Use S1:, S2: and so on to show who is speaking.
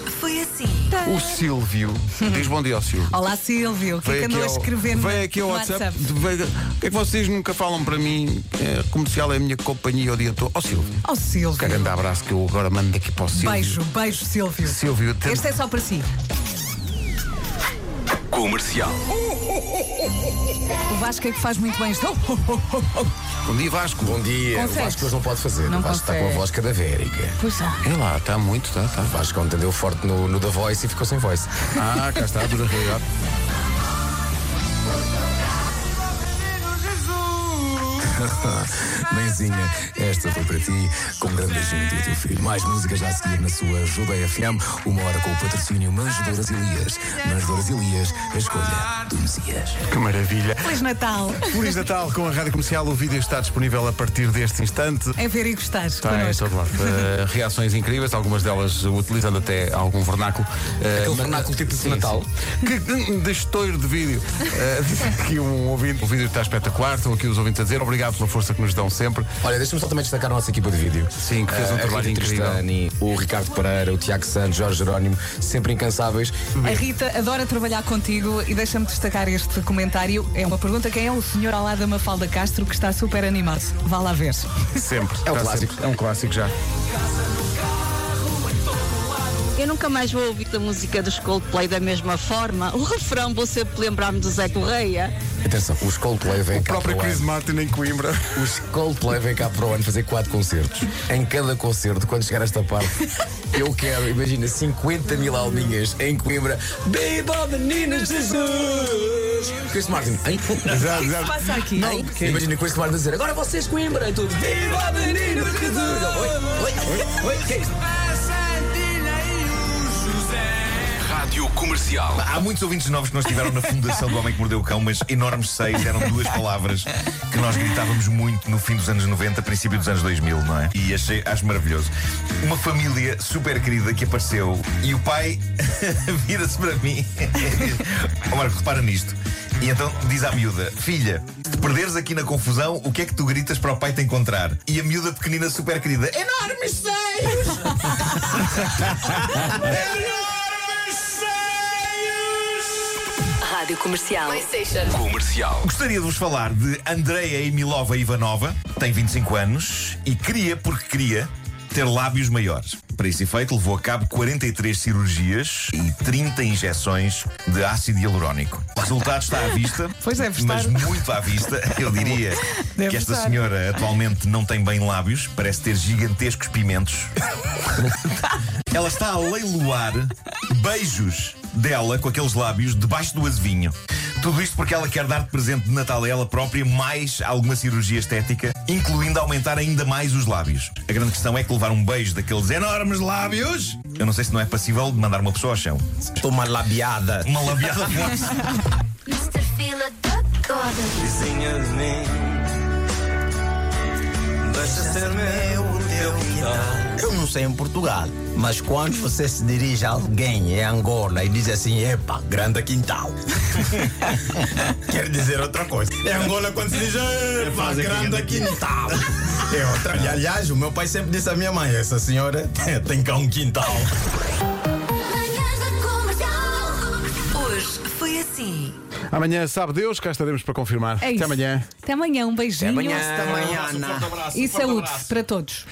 S1: assim.
S2: O Silvio diz bom dia ao Silvio.
S1: Olá Silvio, o que é que
S2: Veio
S1: andou a
S2: ao-
S1: escrever no
S2: veio aqui ao
S1: no
S2: WhatsApp. veio- O que é que vocês nunca falam para mim? É, comercial é a minha companhia o dia todo. Ó Silvio,
S1: Oh Silvio.
S2: que grande abraço que eu agora mando aqui para o Silvio.
S1: Beijo, beijo Silvio.
S2: Silvio, tem-
S1: Este é só para si.
S3: Comercial.
S1: O Vasco é que faz muito bem isto. Oh, oh, oh, oh.
S2: Bom dia Vasco.
S4: Bom dia.
S1: Consegues?
S4: O Vasco hoje não pode fazer.
S1: Não
S4: o Vasco está com
S1: consegue. Ah.
S4: a voz cadavérica.
S1: Pois é.
S2: É lá, está muito, está, está.
S4: O Vasco ontem deu forte no, no The Voice e ficou sem voice.
S2: Ah, cá está a dura realidade.
S4: Mãezinha, esta foi para ti, com um grande beijinho do teu filho. Mais músicas já a seguir na sua Judeia FM, uma hora com o patrocínio Manjedoras Elias. Manjedoras Elias, a escolha do Messias.
S2: Que maravilha.
S1: Feliz Natal.
S2: Feliz Natal com a Rádio Comercial. O vídeo está disponível a partir deste instante. Tá,
S1: É ver e gostar.
S2: Está em
S1: connosco.
S2: todo lado. Eh, reações incríveis, algumas delas utilizando até algum vernáculo. Eh,
S4: Aquele
S2: mas-
S4: vernáculo tipo de
S2: Sim,
S4: Natal.
S2: sim. Que de- de estouro de vídeo. Eh, diz aqui um ouvinte. O vídeo está espetacular. Estão aqui os ouvintes a dizer obrigado pela força que nos dão sempre.
S4: Olha, deixa-me só também destacar a nossa equipa de vídeo.
S2: Sim, que fez um
S4: Ah, a
S2: trabalho
S4: Rita
S2: incrível.
S4: Tristani, o Ricardo Pereira, o Tiago Santos, Jorge Jerónimo, sempre incansáveis.
S1: A Rita adora trabalhar contigo e deixa-me destacar este comentário. É uma pergunta: quem é o senhor ao lado da Mafalda Castro que está super animado? Vá lá ver.
S2: Sempre.
S4: É um
S2: Está
S4: clássico.
S2: sempre. É um clássico já.
S5: Eu nunca mais vou ouvir a música dos Coldplay da mesma forma. O refrão vou sempre lembrar-me do Zé Correia.
S4: Atenção, os Coldplay vêm
S2: O
S4: cá
S2: próprio
S4: para o
S2: Chris
S4: ano.
S2: Martin em Coimbra.
S4: Os Coldplay vêm cá para o ano fazer quatro concertos. Em cada concerto, quando chegar a esta parte, eu quero, imagina, 50 mil alminhas em Coimbra. Beba, meninas, Jesus! Chris Martin, hein?
S2: Exato,
S1: O que
S2: exato.
S1: passa aqui? hein?
S4: Que- Imagina Chris Martin a dizer, agora vocês Coimbra! E tudo, Viva, meninas, Jesus! Oi, oi, oi, oi, que é isto?
S3: Rádio Comercial.
S6: Há muitos ouvintes novos que não estiveram na fundação do Homem que Mordeu o Cão, mas enormes seis eram duas palavras que nós gritávamos muito no fim dos anos 90, princípio dos anos 2000, não é? E achei, acho maravilhoso. Uma família super querida que apareceu e o pai vira-se para mim. Ó Marco, repara nisto. E então diz à miúda: Filha, se te perderes aqui na confusão, o que é que tu gritas para o pai te encontrar? E a miúda pequenina super querida: "É Enormes seios! Enormes seios!
S7: Rádio Comercial.
S3: Comercial.
S6: Gostaria de vos falar de Andreia Emilova Ivanova, tem 25 anos e queria, porque queria, ter lábios maiores. Para esse efeito, levou a cabo 43 cirurgias e 30 injeções de ácido hialurónico. O resultado está à vista,
S1: Pois deve
S6: mas
S1: estar.
S6: muito à vista. Eu diria
S1: Deve
S6: que esta
S1: estar.
S6: senhora atualmente não tem bem lábios, parece ter gigantescos pimentos. Ela está a leiloar beijos dela com aqueles lábios debaixo do azevinho. Tudo isto porque ela quer dar de presente de Natal a ela própria mais alguma cirurgia estética, incluindo aumentar ainda mais os lábios. A grande questão é que levar um beijo daqueles enormes lábios, eu não sei se não é passível de mandar uma pessoa ao chão.
S4: Estou uma labiada.
S6: Uma labiada forte.
S8: Mr. Fila da Corda.
S9: vizinha de mim. Deixa ser meu o teu quintal.
S10: Eu não sei em Portugal, mas quando você se dirige a alguém em Angola e diz assim, epa, grande quintal. Quer dizer outra coisa. Em Angola, quando se diz, epa, grande quintal. É outra. E, aliás, o meu pai sempre disse à minha mãe, essa senhora tem cá um quintal.
S8: Manhãs da Comercial.
S7: Hoje foi assim.
S2: Amanhã, sabe Deus, cá estaremos para confirmar.
S1: É
S2: Até
S1: isso.
S2: amanhã.
S1: Até amanhã, um beijinho.
S4: Amanhã.
S1: E saúde para todos.